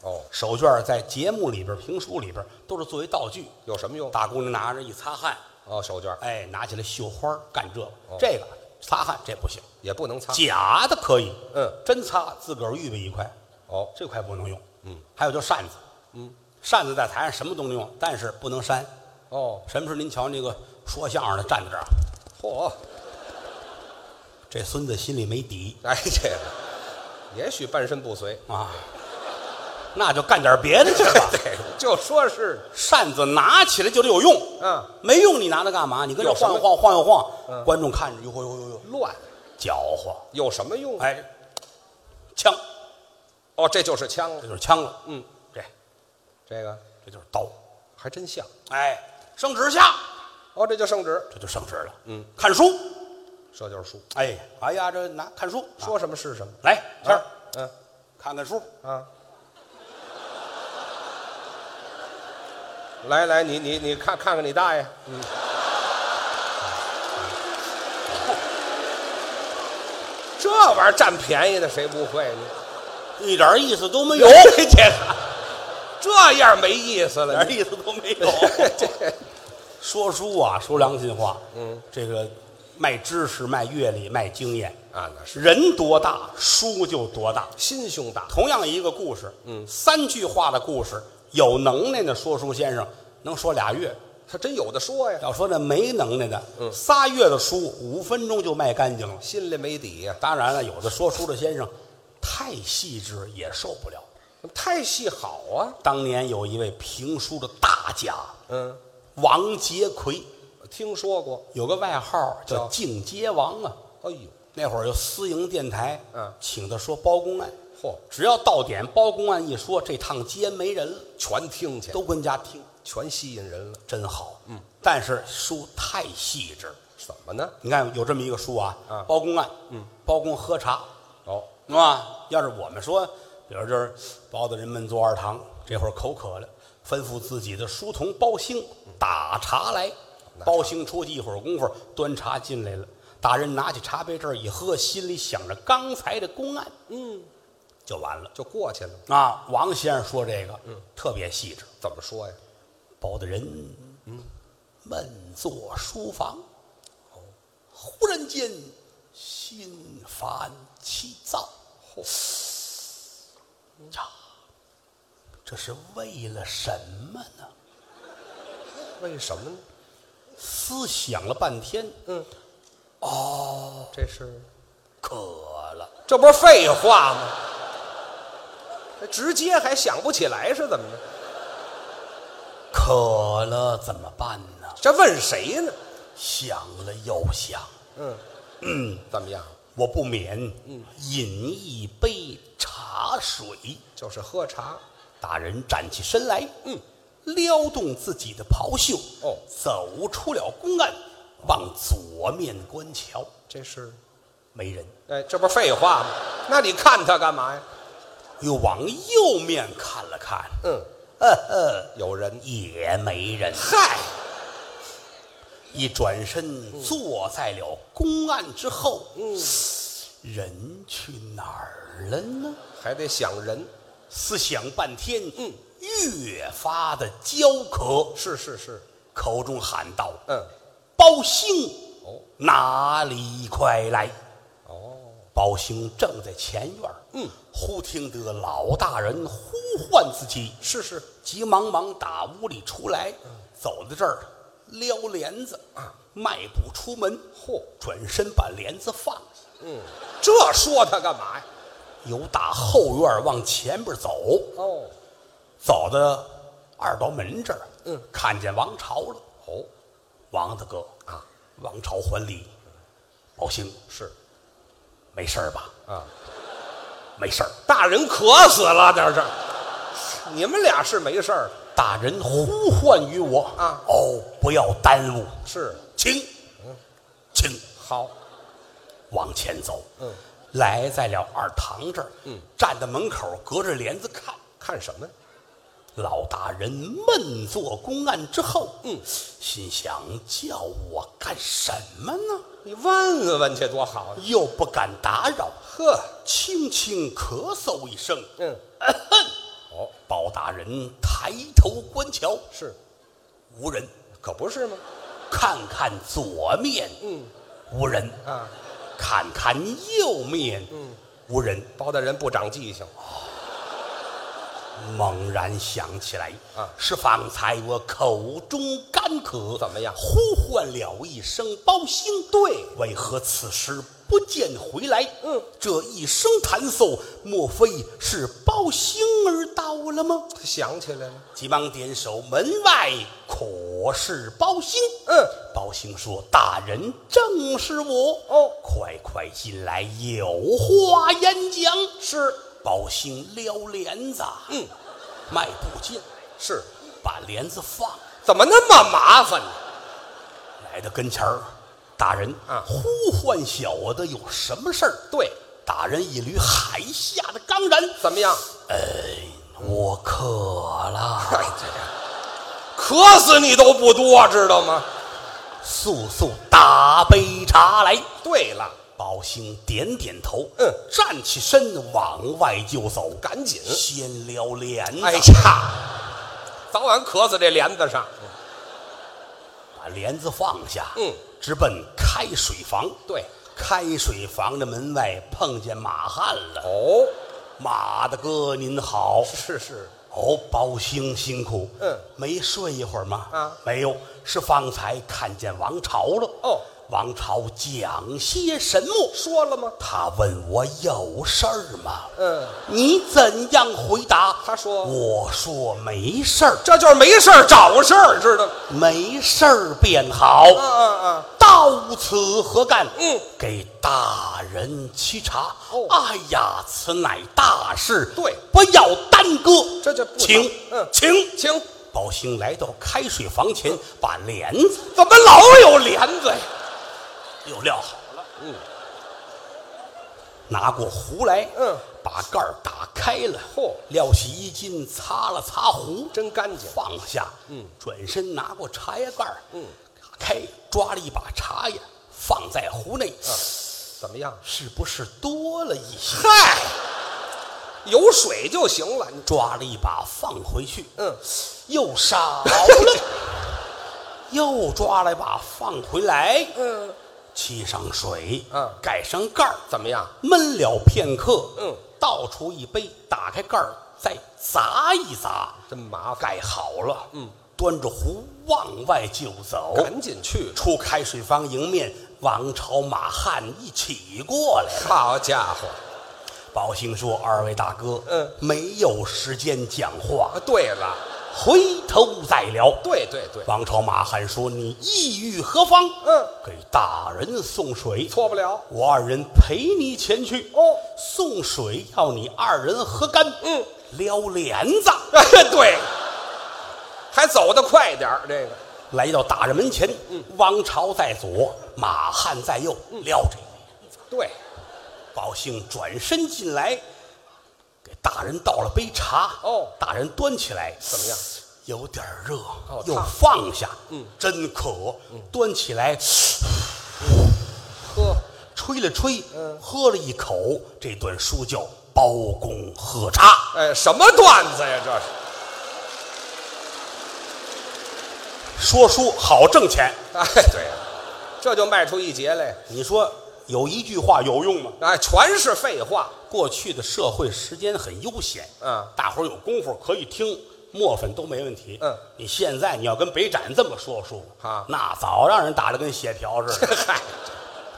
Speaker 3: 哦，
Speaker 2: 手绢儿在节目里边、评书里边都是作为道具。
Speaker 3: 有什么用？
Speaker 2: 大姑娘拿着一擦汗，
Speaker 3: 哦，手绢儿
Speaker 2: 哎，拿起来绣花儿干这个，
Speaker 3: 哦
Speaker 2: 这个擦汗这不行，
Speaker 3: 也不能擦。
Speaker 2: 假的可以，
Speaker 3: 嗯，
Speaker 2: 真擦自个儿预备一块，
Speaker 3: 哦，
Speaker 2: 这块不能用。嗯，还有就是扇子，嗯，扇子在台上什么都能用，但是不能扇。
Speaker 3: 哦，
Speaker 2: 什么时候您瞧那个说相声的站在这儿，啊
Speaker 3: 嚯，
Speaker 2: 这孙子心里没底
Speaker 3: 哎，这个也许半身不遂。
Speaker 2: 啊，那就干点别的去吧。
Speaker 3: *laughs* 对，就说是，
Speaker 2: 扇子拿起来就得有用，
Speaker 3: 嗯，
Speaker 2: 没用你拿它干嘛？你跟着
Speaker 3: 有什
Speaker 2: 晃
Speaker 3: 么嗯
Speaker 2: 悠晃悠晃悠晃，观众看着哟呦呦呦呦，
Speaker 3: 乱
Speaker 2: 搅和，
Speaker 3: 有什么用？
Speaker 2: 哎，枪，
Speaker 3: 哦，这就是枪了
Speaker 2: 这。就是枪了，
Speaker 3: 嗯，
Speaker 2: 这
Speaker 3: 这个
Speaker 2: 这就是刀，
Speaker 3: 还真像。
Speaker 2: 哎，升指下，
Speaker 3: 哦，这就圣旨，
Speaker 2: 这就升指了，嗯，看书，
Speaker 3: 这就是书，
Speaker 2: 哎，哎呀，这拿看书，
Speaker 3: 说什么是什么。
Speaker 2: 来天儿
Speaker 3: 啊，嗯
Speaker 2: 看看书，
Speaker 3: 啊。来来，你你你看看看你大爷，嗯，这玩意儿占便宜的谁不会呢？
Speaker 2: 一点意思都没有，
Speaker 3: 这这样没意思
Speaker 2: 一
Speaker 3: 了，
Speaker 2: 点
Speaker 3: 你
Speaker 2: 意思都没有。
Speaker 3: *laughs* 这
Speaker 2: 说书啊，说良心话，嗯，这个卖知识、卖阅历、卖经验，
Speaker 3: 啊那是
Speaker 2: 人多大，书就多大。
Speaker 3: 心胸大，
Speaker 2: 同样一个故事，嗯，三句话的故事，有能耐的说书先生能说俩月，
Speaker 3: 他真有的说呀，
Speaker 2: 要说那没能耐的，嗯，仨月的书五分钟就卖干净了。
Speaker 3: 心里没底呀、
Speaker 2: 当然了，有的说书的先生太细致也受不了。
Speaker 3: 太戏好啊，
Speaker 2: 当年有一位评书的大家
Speaker 3: 嗯，
Speaker 2: 王杰奎，
Speaker 3: 听说过，
Speaker 2: 有个外号叫“
Speaker 3: 叫
Speaker 2: 净街王”啊。
Speaker 3: 哎呦，
Speaker 2: 那会儿有私营电台，
Speaker 3: 嗯
Speaker 2: 请他说包公案，
Speaker 3: 嚯，
Speaker 2: 只要到点包公案一说，这趟街没人了，
Speaker 3: 全听去，
Speaker 2: 都跟家听，
Speaker 3: 全吸引人了，
Speaker 2: 真好。嗯，但是书太细致，
Speaker 3: 怎么呢？
Speaker 2: 你看有这么一个书啊，
Speaker 3: 啊
Speaker 2: 包公案，嗯，包公喝茶，
Speaker 3: 哦，
Speaker 2: 是吧？要是我们说，比如就是包大人闷坐二堂，这会儿口渴了，吩咐自己的书童包兴打茶来。包兴出去一会儿功夫，端茶进来了。大人拿起茶杯这儿一喝，心里想着刚才的公案，嗯，就完了。
Speaker 3: 就过去了，
Speaker 2: 啊，王先生说这个，嗯，特别细致。
Speaker 3: 怎么说呀？
Speaker 2: 包大人，嗯，闷坐书房，忽然间心烦气躁，呀，这是为了什么呢？
Speaker 3: 为什么呢？
Speaker 2: 思想了半天，
Speaker 3: 嗯，哦，这是，
Speaker 2: 渴了。
Speaker 3: 这不是废话吗？这直接还想不起来是怎么着？
Speaker 2: 渴了怎么办呢？
Speaker 3: 这问谁呢？
Speaker 2: 想了又想，
Speaker 3: 嗯嗯，怎么样？
Speaker 2: 我不免嗯饮一杯茶水。
Speaker 3: 就是喝茶，
Speaker 2: 大人站起身来，嗯，撩动自己的袍袖，
Speaker 3: 哦
Speaker 2: 走出了公案，往左面观瞧，
Speaker 3: 这是，
Speaker 2: 没人，
Speaker 3: 哎，这不是废话吗？那你看他干嘛呀？
Speaker 2: 又往右面看了看，
Speaker 3: 嗯，
Speaker 2: 呵呵，
Speaker 3: 有人，
Speaker 2: 也没人。
Speaker 3: 嗨，
Speaker 2: 一转身坐在了公案之后，嗯，人去哪儿了呢？
Speaker 3: 还得想人，
Speaker 2: 思想半天，嗯，越发的焦渴，
Speaker 3: 是是是，
Speaker 2: 口中喊道：“
Speaker 3: 嗯，
Speaker 2: 包兴，
Speaker 3: 哦
Speaker 2: 哪里快来！”
Speaker 3: 哦，
Speaker 2: 包兴正在前院儿
Speaker 3: 嗯，
Speaker 2: 忽听得老大人呼唤自己，
Speaker 3: 是是，嗯
Speaker 2: 急忙忙打屋里出来，走到这儿撩帘子，迈步出门，嚯，转身把帘子放下，
Speaker 3: 这说他干嘛呀？
Speaker 2: 由打后院儿往前边走，
Speaker 3: 哦
Speaker 2: 走到二道门这儿，
Speaker 3: 嗯，
Speaker 2: 看见王朝了，
Speaker 3: 哦，
Speaker 2: 王大哥
Speaker 3: 啊，嗯
Speaker 2: 王朝还礼，包兴
Speaker 3: 是
Speaker 2: 没事儿吧？
Speaker 3: 啊，
Speaker 2: 没事儿。
Speaker 3: *laughs* 大人渴死了，在这儿。你们俩是没事儿，
Speaker 2: 大人呼唤于我
Speaker 3: 啊
Speaker 2: 哦，不要耽误，
Speaker 3: 是
Speaker 2: 请，请
Speaker 3: 好，
Speaker 2: 往前走。嗯，来在了二堂这儿，嗯，站在门口，隔着帘子看。
Speaker 3: 看什么呀？
Speaker 2: 老大人闷坐公案之后，嗯，心想叫我干什么呢？
Speaker 3: 你问问去多好呀！
Speaker 2: 又不敢打扰，
Speaker 3: 呵，
Speaker 2: 轻轻咳嗽一声。
Speaker 3: 嗯，
Speaker 2: 哦，包大人抬头观瞧，
Speaker 3: 是，
Speaker 2: 无人，
Speaker 3: 可不是吗？
Speaker 2: 看看左面，嗯，无人
Speaker 3: 啊，
Speaker 2: 看看右面，嗯，无人。
Speaker 3: 包大人不长记性，哦
Speaker 2: 猛然想起来，
Speaker 3: 啊
Speaker 2: 是方才我口中干渴，
Speaker 3: 怎么样
Speaker 2: 呼唤了一声包兴，对，为何此时不见回来？嗯，这一声弹奏，莫非是包兴儿到了吗？
Speaker 3: 想起来了，
Speaker 2: 急忙点首，门外可是包兴？
Speaker 3: 嗯，
Speaker 2: 包兴说：“大人正是我。”
Speaker 3: 哦，
Speaker 2: 快快进来，有话言讲。
Speaker 3: 是
Speaker 2: 包兴撩帘子，嗯，迈步进来，
Speaker 3: 是，
Speaker 2: 把帘子放
Speaker 3: 怎么那么麻烦呢？
Speaker 2: 来到跟前儿，大人
Speaker 3: 啊
Speaker 2: 呼唤小的有什么事儿？
Speaker 3: 对，
Speaker 2: 大人一缕海下的刚然，
Speaker 3: 怎么样？
Speaker 2: 我渴了。
Speaker 3: 哎，这渴死你都不多，知道吗？
Speaker 2: 速速打杯茶来。
Speaker 3: 对了，
Speaker 2: 宝兴点点头，
Speaker 3: 嗯
Speaker 2: 站起身往外就走，
Speaker 3: 赶紧
Speaker 2: 先撩帘子，
Speaker 3: 哎呀，早晚渴死这帘子上。
Speaker 2: 把帘子放下，
Speaker 3: 嗯，
Speaker 2: 直奔开水房。
Speaker 3: 对，
Speaker 2: 开水房的门外碰见马汉了，
Speaker 3: 哦，
Speaker 2: 马大哥您好，
Speaker 3: 是是，
Speaker 2: 哦，包兴辛苦，
Speaker 3: 嗯
Speaker 2: 没睡一会儿吗？
Speaker 3: 啊
Speaker 2: 没有，是方才看见王朝了。
Speaker 3: 哦，
Speaker 2: 王朝讲些什么？
Speaker 3: 说了吗？
Speaker 2: 他问我有事儿吗？
Speaker 3: 嗯，
Speaker 2: 你怎样回答？
Speaker 3: 他说
Speaker 2: 我说没事儿，
Speaker 3: 这就是没事儿找事儿，知道吗？
Speaker 2: 没事儿便好。
Speaker 3: 嗯嗯嗯，
Speaker 2: 到此何干？
Speaker 3: 嗯，
Speaker 2: 给大人沏茶。
Speaker 3: 哦
Speaker 2: 哎呀，此乃大事，
Speaker 3: 对
Speaker 2: 不要耽搁。
Speaker 3: 这就不
Speaker 2: 请，
Speaker 3: 嗯
Speaker 2: 请。
Speaker 3: 请，
Speaker 2: 宝兴来到开水房前，把帘子
Speaker 3: 怎么老有帘子呀？
Speaker 2: 又撂好了。嗯，拿过壶来，
Speaker 3: 嗯，
Speaker 2: 把盖儿打开了。
Speaker 3: 嚯
Speaker 2: 撩起衣襟，擦了擦壶，
Speaker 3: 真干净
Speaker 2: 放下，嗯，转身拿过茶叶盖儿，嗯，打开，抓了一把茶叶，放在壶内，
Speaker 3: 嗯怎么样？
Speaker 2: 是不是多了一些？
Speaker 3: 嗨，有水就行了。你
Speaker 2: 抓了一把放回去，
Speaker 3: 嗯，
Speaker 2: 又少了，
Speaker 3: *laughs*
Speaker 2: 又抓了一把放回来，
Speaker 3: 嗯，
Speaker 2: 沏上水，
Speaker 3: 嗯
Speaker 2: 盖上盖儿，
Speaker 3: 怎么样？
Speaker 2: 闷了片刻，
Speaker 3: 嗯，
Speaker 2: 倒出一杯，打开盖儿，再砸一砸，
Speaker 3: 真麻烦，
Speaker 2: 盖好了，嗯，端着壶往外就走，
Speaker 3: 赶紧去。
Speaker 2: 出开水房迎面，王朝马汉一起过来了。
Speaker 3: 好家伙，
Speaker 2: 宝兴说：“二位大哥，
Speaker 3: 嗯，
Speaker 2: 没有时间讲话
Speaker 3: 啊，对了，
Speaker 2: 回头再聊。”
Speaker 3: 对对对，
Speaker 2: 王朝马汉说：“你意欲何方？”
Speaker 3: 嗯，
Speaker 2: 给大人送水，
Speaker 3: 错不了。
Speaker 2: 我二人陪你前去。
Speaker 3: 哦，
Speaker 2: 送水要你二人喝干。
Speaker 3: 嗯，
Speaker 2: 撩帘子，
Speaker 3: *laughs* 对，还走得快点儿，这个
Speaker 2: 来到大人门前。嗯，王朝在左，马汉在右，
Speaker 3: 嗯
Speaker 2: 撩着。
Speaker 3: 对，
Speaker 2: 宝兴转身进来，给大人倒了杯茶。
Speaker 3: 哦
Speaker 2: 大人端起来，
Speaker 3: 怎么样？
Speaker 2: 有点热，
Speaker 3: 哦
Speaker 2: 又
Speaker 3: 烫嗯
Speaker 2: 放下。嗯，真渴。端起来，
Speaker 3: 喝，
Speaker 2: 吹了吹，喝了一口，这段书叫包公喝茶。
Speaker 3: 哎，什么段子呀？这是
Speaker 2: 说书好挣钱，，
Speaker 3: 哎， *laughs* 对，这就卖出一节来，
Speaker 2: 你说有一句话有用吗？
Speaker 3: 哎，全是废话， *laughs*
Speaker 2: 过去的社会时间很悠闲，
Speaker 3: 嗯
Speaker 2: 大伙儿有功夫可以听。磨粉都没问题，
Speaker 3: 嗯，
Speaker 2: 你现在你要跟北展这么说书，
Speaker 3: 啊
Speaker 2: 那早让人打得跟血条
Speaker 3: *laughs*
Speaker 2: 似的，
Speaker 3: 嗨，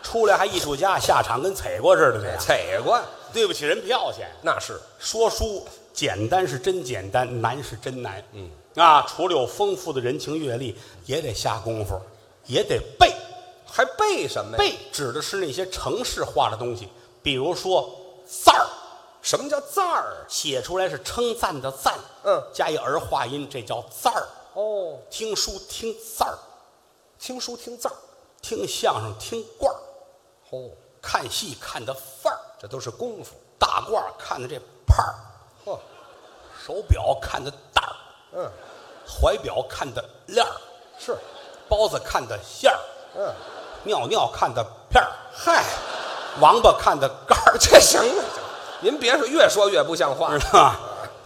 Speaker 2: 出来还艺术家，下场跟踩过似的这样，
Speaker 3: 踩过，
Speaker 2: 对不起人票钱。
Speaker 3: 那是
Speaker 2: 说书简单是真简单，难是真难。嗯啊，除了有丰富的人情阅历，也得下功夫，也得背。
Speaker 3: 还背什么呀？
Speaker 2: 背指的是那些城市化的东西，比如说字儿，
Speaker 3: 什么叫赞儿？
Speaker 2: 写出来是称赞的赞，
Speaker 3: 嗯，
Speaker 2: 加一儿化音，这叫赞儿。
Speaker 3: 哦，
Speaker 2: 听书听赞儿，
Speaker 3: 听书听赞儿，
Speaker 2: 听相声听罐儿，
Speaker 3: 哦，
Speaker 2: 看戏看的范儿，
Speaker 3: 这都是功夫。
Speaker 2: 大褂儿看的这派儿，
Speaker 3: 嚯，
Speaker 2: 手表看的带儿，
Speaker 3: 嗯，
Speaker 2: 怀表看的链儿，
Speaker 3: 是，
Speaker 2: 包子看的馅儿，
Speaker 3: 嗯，
Speaker 2: 尿尿看的片儿，
Speaker 3: 嗨，
Speaker 2: 王八看的盖儿，
Speaker 3: 这行了，行您别说，越说越不像话
Speaker 2: 知。道吗？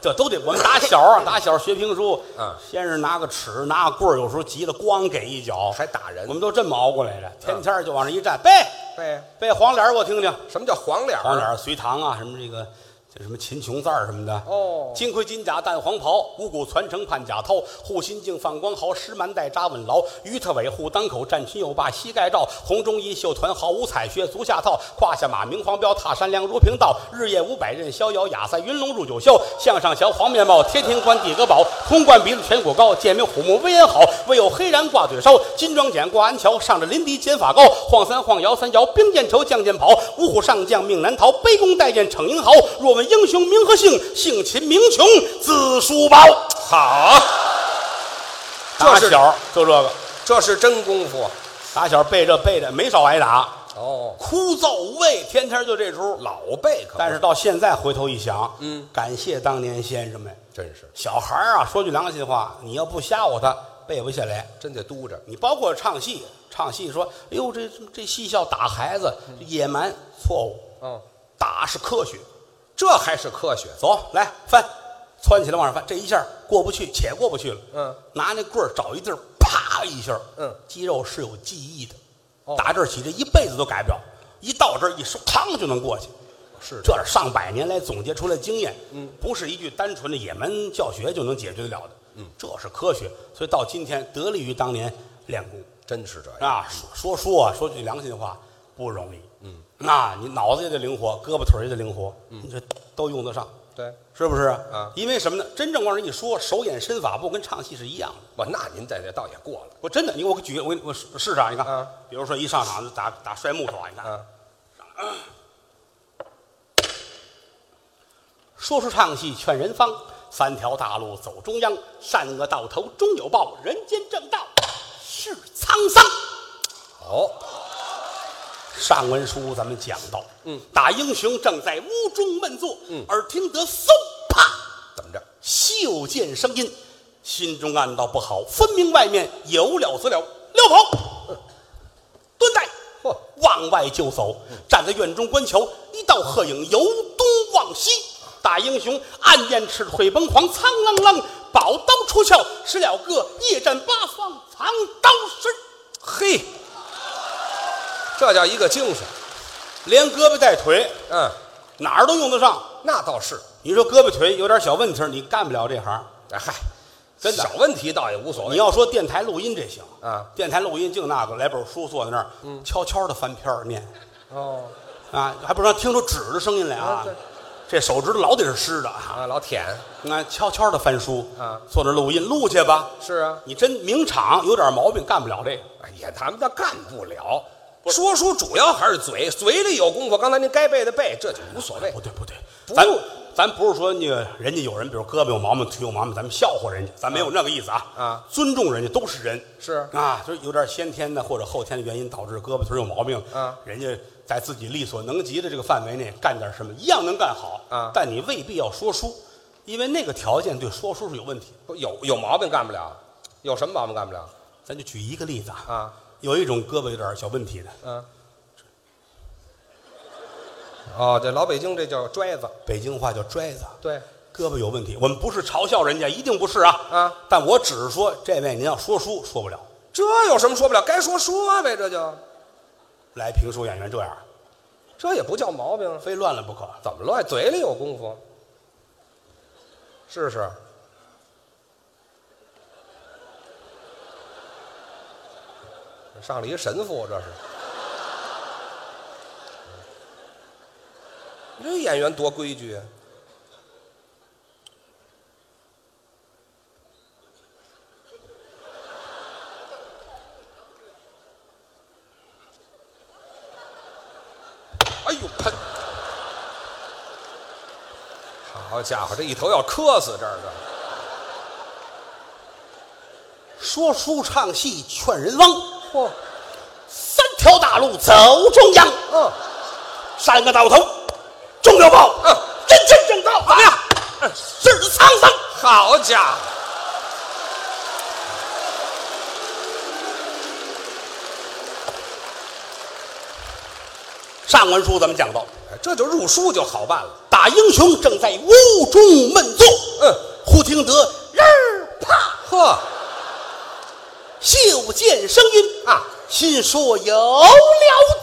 Speaker 2: 这都得我们打小
Speaker 3: *laughs*
Speaker 2: 啊，打小学评书，
Speaker 3: 嗯
Speaker 2: 先是拿个尺，拿个棍儿，有时候急了，咣给一脚，
Speaker 3: 还打人
Speaker 2: 我们都这么熬过来的，天天就往那一站，背
Speaker 3: 对，
Speaker 2: 背黄脸儿，我听听，
Speaker 3: 什么叫黄脸儿？
Speaker 2: 黄脸儿隋唐啊，什么这个这什么秦琼字儿什么的，
Speaker 3: 哦
Speaker 2: 金盔金甲淡黄袍，五谷传承盼甲涛，护心镜放光豪，狮蛮带扎稳牢，鱼特尾护裆口，战裙又把膝盖罩，红中衣袖团毫无彩靴，足下套，胯下马明黄标，踏山梁如平道，日夜五百仞，逍遥雅塞云龙入九霄，向上瞧黄面帽，贴天冠地阁宝，通冠鼻子颧骨高，剑眉虎目威严好，为有黑髯挂嘴梢，金装简挂鞍桥，上着临敌剪发高，晃三晃摇三摇，兵见愁将见跑，五虎上将命难逃，卑躬待见逞英豪。若问英雄名和姓，姓秦名琼，字叔宝。
Speaker 3: 好，
Speaker 2: *laughs* 打
Speaker 3: 这是
Speaker 2: 小就这个，
Speaker 3: 这是真功夫。
Speaker 2: 打小背这背着没少挨打，
Speaker 3: 哦，
Speaker 2: 枯燥无味，天天就这出。
Speaker 3: 老辈可不
Speaker 2: 但是到现在回头一想，嗯，感谢当年先生们。
Speaker 3: 真是
Speaker 2: 小孩儿啊，说句良心话，你要不吓唬他，背不下来。
Speaker 3: 真得嘟着。
Speaker 2: 你包括唱戏，唱戏说，哎呦，这这戏校打孩子，这野蛮，错误。
Speaker 3: 嗯，
Speaker 2: 打是科学，
Speaker 3: 这还是科学。
Speaker 2: 走来翻，窜起来往上翻，这一下过不去，且过不去了。
Speaker 3: 嗯，
Speaker 2: 拿那棍儿找一地儿，啪一下。
Speaker 3: 嗯，哦
Speaker 2: 肌肉是有记忆的，打这儿起这一辈子都改不了，一到这儿一收，嘡就能过去。
Speaker 3: 是
Speaker 2: 这是上百年来总结出来的经验，嗯，不是一句单纯的野蛮教学就能解决得了的，嗯，这是科学，所以到今天得力于当年练功。
Speaker 3: 真是这样。
Speaker 2: 啊，说说说啊，说句良心话，不容易。嗯，那你脑子也得灵活，胳膊腿儿也得灵活，你这都用得上，
Speaker 3: 对，
Speaker 2: 是不是？
Speaker 3: 啊
Speaker 2: 因为什么呢？真正往这一说，手眼身法步跟唱戏是一样的。
Speaker 3: 哇，那您在这倒也过了。
Speaker 2: 我真的，你给我举个，我给你我试试试啊，你看，
Speaker 3: 啊
Speaker 2: 比如说一上场就打打摔木头啊，你看，
Speaker 3: 啊
Speaker 2: 说书唱戏劝人方，三条大路走中央，善恶到头终有报，人间正道是沧桑。
Speaker 3: 哦，
Speaker 2: 上文书咱们讲到，嗯，打英雄正在屋中闷坐，嗯，耳听得嗖啪
Speaker 3: 怎么着？
Speaker 2: 袖剑声音，心中暗道不好，分明外面有了则了，撩袍，蹲待，
Speaker 3: 嚯
Speaker 2: 往外就走，站在院中观瞧，一道鹤影由东往西，大英雄暗燕赤腿崩狂，苍啷啷，宝刀出鞘，使了个夜战八方藏刀师，嘿，
Speaker 3: 这叫一个精神。
Speaker 2: 连胳膊带腿
Speaker 3: 嗯，
Speaker 2: 哪儿都用得上。
Speaker 3: 那倒是。
Speaker 2: 你说胳膊腿有点小问题儿，你干不了这行。
Speaker 3: 哎嗨，
Speaker 2: 真的
Speaker 3: 小问题倒也无所
Speaker 2: 你
Speaker 3: 谓。
Speaker 2: 要说电台录音这行
Speaker 3: 啊，嗯
Speaker 2: 电台录音净那个，来本书坐在那儿，悄悄的翻篇儿念
Speaker 3: 哦
Speaker 2: 啊，还不让听出纸的声音来啊
Speaker 3: 啊对。
Speaker 2: 这手指头老得是湿的啊，
Speaker 3: 啊，老舔
Speaker 2: 你看悄悄的翻书
Speaker 3: 啊，
Speaker 2: 坐那儿录音录去吧。
Speaker 3: 是啊，
Speaker 2: 你真名场有点毛病，干不了这个。
Speaker 3: 哎呀，咱们倒干不了。说书主要还是嘴，嘴里有功夫。刚才您该背的背，这就无所谓
Speaker 2: 不。对不对，
Speaker 3: 不
Speaker 2: 咱咱不是说那个人家有人，比如胳膊有毛病、腿有毛病，咱们笑话人家，咱没有那个意思啊。
Speaker 3: 啊
Speaker 2: 尊重人家都是人，
Speaker 3: 是
Speaker 2: 啊，就是有点先天的或者后天的原因导致胳膊腿有毛病，
Speaker 3: 啊
Speaker 2: 人家在自己力所能及的这个范围内干点什么，一样能干好
Speaker 3: 啊
Speaker 2: 但你未必要说书，因为那个条件对说书是有问题的。
Speaker 3: 不有有毛病干不了，有什么毛病干不了？
Speaker 2: 咱就举一个例子啊，
Speaker 3: 啊
Speaker 2: 有一种胳膊有点小问题的，
Speaker 3: 嗯。哦，这老北京这叫拽子，
Speaker 2: 北京话叫拽子，
Speaker 3: 对，
Speaker 2: 胳膊有问题。我们不是嘲笑人家，一定不是啊
Speaker 3: 啊！
Speaker 2: 但我只是说，这位您要说书说不了。
Speaker 3: 这有什么说不了？该说说呗，这就
Speaker 2: 来评书演员这样，
Speaker 3: 这也不叫毛病，
Speaker 2: 非乱了不可。
Speaker 3: 怎么乱？嘴里有功夫，试试。上了一神父，这是。这演员多规矩啊！哎呦，喷！好家伙，这一头要磕死这儿的，
Speaker 2: 说书唱戏劝人汪，
Speaker 3: 嚯、
Speaker 2: 三条大路走中央，
Speaker 3: 嗯，
Speaker 2: 三个道头中有宝，
Speaker 3: 嗯
Speaker 2: 人间正道怎么样？是沧桑。
Speaker 3: 好家伙，
Speaker 2: 上文书咱们讲到，
Speaker 3: 哎这就入书就好办了。
Speaker 2: 大英雄正在屋中闷坐，
Speaker 3: 嗯，
Speaker 2: 忽听得人儿啪，
Speaker 3: 呵，
Speaker 2: 袖见声音
Speaker 3: 啊，
Speaker 2: 心说有了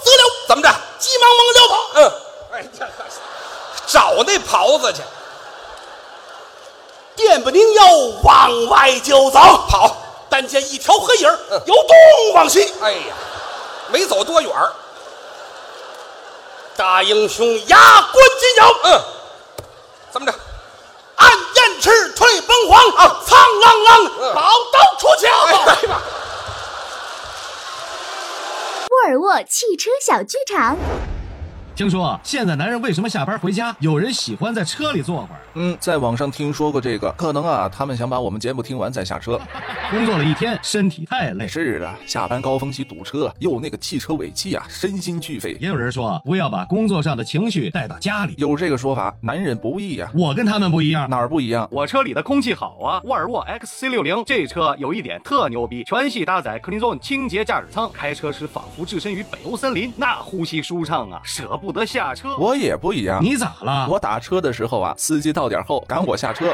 Speaker 2: 则了，
Speaker 3: 怎么着？
Speaker 2: 急忙忙撩跑。
Speaker 3: 嗯，哎呀，找那袍子去，
Speaker 2: 电不宁腰往外就走，跑。但见一条黑影儿
Speaker 3: 嗯
Speaker 2: 由东往西，
Speaker 3: 哎呀，没走多远儿
Speaker 2: 大英雄牙关紧咬，
Speaker 3: 嗯，怎么着？
Speaker 2: 暗燕翅退崩凰啊，苍啷啷，
Speaker 3: 嗯
Speaker 2: 宝刀出
Speaker 3: 哎
Speaker 2: 鞘。
Speaker 3: 呀妈！
Speaker 4: 沃尔沃汽车小剧场。
Speaker 5: 听说现在男人为什么下班回家，有人喜欢在车里坐会儿，
Speaker 6: 嗯，在网上听说过这个，可能啊，他们想把我们节目听完再下车。
Speaker 5: 工作了一天，身体太累。
Speaker 6: 是啊，下班高峰期堵车，又那个汽车尾气啊，身心俱废。
Speaker 5: 也有人说不要把工作上的情绪带到家里，
Speaker 6: 有这个说法，男人不易呀、
Speaker 5: 我跟他们不一样。
Speaker 6: 哪儿不一样？
Speaker 7: 我车里的空气好啊，沃尔沃 XC60 这车有一点特牛逼，全系搭载 CleanZone 清洁驾驶舱，开车时仿佛置身于北欧森林，那呼吸舒畅啊，舍不得下车。
Speaker 6: 我也不一样。
Speaker 5: 你咋了？
Speaker 6: 啊我打车的时候啊，司机到点后赶我下车。